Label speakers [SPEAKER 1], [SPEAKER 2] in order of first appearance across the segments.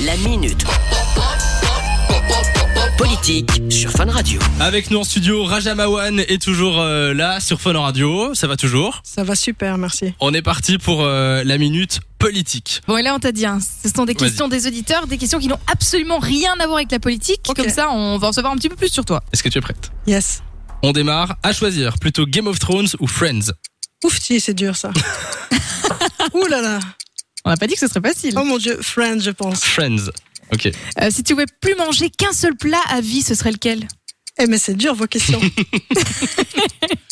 [SPEAKER 1] la minute. Politique sur Fun Radio.
[SPEAKER 2] Avec nous en studio, Raja Mawan est toujours euh, là sur Fun Radio. Ça va toujours
[SPEAKER 3] Ça va super, merci.
[SPEAKER 2] On est parti pour euh, la minute politique.
[SPEAKER 4] Bon, et là, on t'a dit, hein, ce sont des
[SPEAKER 2] Vas-y.
[SPEAKER 4] questions des auditeurs, des questions qui n'ont absolument rien à voir avec la politique.
[SPEAKER 3] Ok.
[SPEAKER 4] Comme ça, on va en savoir un petit peu plus sur toi.
[SPEAKER 2] Est-ce que tu es prête
[SPEAKER 3] Yes.
[SPEAKER 2] On démarre à choisir plutôt Game of Thrones ou Friends.
[SPEAKER 3] Ouf, si, c'est dur ça. Ouh là là.
[SPEAKER 4] On n'a pas dit que ce serait facile.
[SPEAKER 3] Oh mon dieu, Friends, je pense.
[SPEAKER 2] Friends. Ok.
[SPEAKER 4] Euh, si tu pouvais plus manger qu'un seul plat à vie, ce serait lequel
[SPEAKER 3] Eh, mais c'est dur vos questions.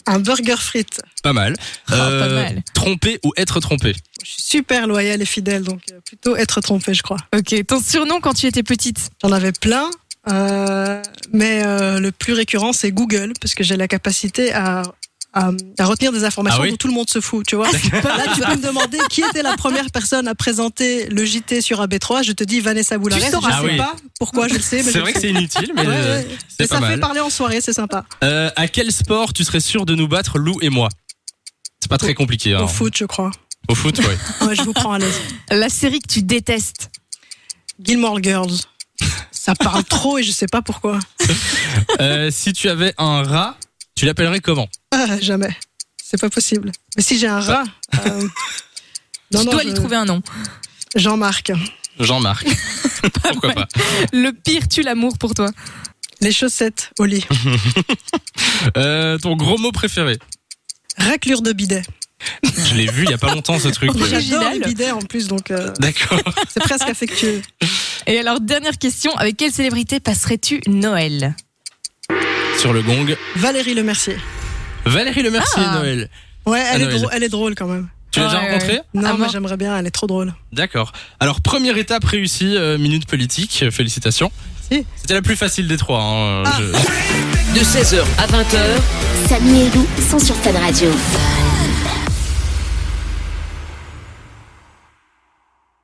[SPEAKER 3] Un burger frites.
[SPEAKER 2] Pas mal.
[SPEAKER 3] Ah,
[SPEAKER 2] Euh,
[SPEAKER 4] Oh, pas mal.
[SPEAKER 2] Tromper ou être trompé
[SPEAKER 3] Je suis super loyale et fidèle, donc euh, plutôt être trompée, je crois.
[SPEAKER 4] Ok, ton surnom quand tu étais petite
[SPEAKER 3] J'en avais plein, euh, mais euh, le plus récurrent, c'est Google, parce que j'ai la capacité à, à- à retenir des informations
[SPEAKER 2] Ah oui Ah,
[SPEAKER 3] dont tout le monde se fout, tu vois. Là, tu peux me demander qui était la première personne à présenter le JT sur AB3. Je te dis Vanessa Boulares. Je
[SPEAKER 4] sauras.
[SPEAKER 2] Ah
[SPEAKER 3] sais
[SPEAKER 2] oui.
[SPEAKER 3] pas pourquoi je le sais, mais
[SPEAKER 2] C'est vrai
[SPEAKER 3] ben, je le
[SPEAKER 2] que c'est inutile, mais
[SPEAKER 3] Ouais,
[SPEAKER 2] euh,
[SPEAKER 3] ouais.
[SPEAKER 2] c'est
[SPEAKER 3] Mais
[SPEAKER 2] pas
[SPEAKER 3] ça fait
[SPEAKER 2] mal.
[SPEAKER 3] parler en soirée, c'est sympa.
[SPEAKER 2] Euh, à quel sport tu serais sûr de nous battre, Lou et moi C'est pas très compliqué. hein.
[SPEAKER 3] Au foot, je crois.
[SPEAKER 2] Au foot, ouais.
[SPEAKER 3] Ouais, je vous prends à l'aise.
[SPEAKER 4] La série que tu détestes
[SPEAKER 3] Gilmore Girls. Ça parle trop et je sais pas pourquoi.
[SPEAKER 2] Euh, si tu avais un rat, tu l'appellerais comment
[SPEAKER 3] Ah, jamais. C'est pas possible. Mais si j'ai un rat. euh, non,
[SPEAKER 4] Tu
[SPEAKER 3] non,
[SPEAKER 4] dois
[SPEAKER 3] je-
[SPEAKER 4] lui trouver un nom.
[SPEAKER 3] Jean-Marc.
[SPEAKER 2] Jean-Marc. Pourquoi pas
[SPEAKER 4] Le pire tue l'amour pour toi.
[SPEAKER 3] Les chaussettes au lit.
[SPEAKER 2] Euh, Ton gros mot préféré
[SPEAKER 3] Raclure de bidet.
[SPEAKER 2] Je l'ai vu il y a pas longtemps ce truc.
[SPEAKER 3] J'adore
[SPEAKER 4] Original.
[SPEAKER 3] les bidets en plus, donc euh,
[SPEAKER 2] D'accord.
[SPEAKER 3] c'est presque affectueux.
[SPEAKER 4] Et alors, dernière question, avec quelle célébrité passerais-tu Noël
[SPEAKER 2] Sur le gong.
[SPEAKER 3] Valérie Le Mercier.
[SPEAKER 2] Valérie Le Mercier,
[SPEAKER 4] Ah.
[SPEAKER 2] Noël.
[SPEAKER 3] Ouais, elle,
[SPEAKER 2] Ah,
[SPEAKER 3] est
[SPEAKER 2] Noël.
[SPEAKER 3] drôle, elle est drôle quand même.
[SPEAKER 2] Tu l'as
[SPEAKER 4] Ouais,
[SPEAKER 2] déjà
[SPEAKER 4] ouais,
[SPEAKER 2] rencontrée
[SPEAKER 3] Non,
[SPEAKER 4] Ah
[SPEAKER 3] mais
[SPEAKER 4] bon
[SPEAKER 3] j'aimerais bien, elle est trop drôle.
[SPEAKER 2] D'accord. Alors, première étape réussie, euh, minute politique, euh, félicitations.
[SPEAKER 3] Merci.
[SPEAKER 2] C'était la plus facile des trois. hein, euh,
[SPEAKER 3] Ah.
[SPEAKER 2] je-
[SPEAKER 1] De 16h à 20h,
[SPEAKER 5] Samy et Lou sont sur Fan Radio.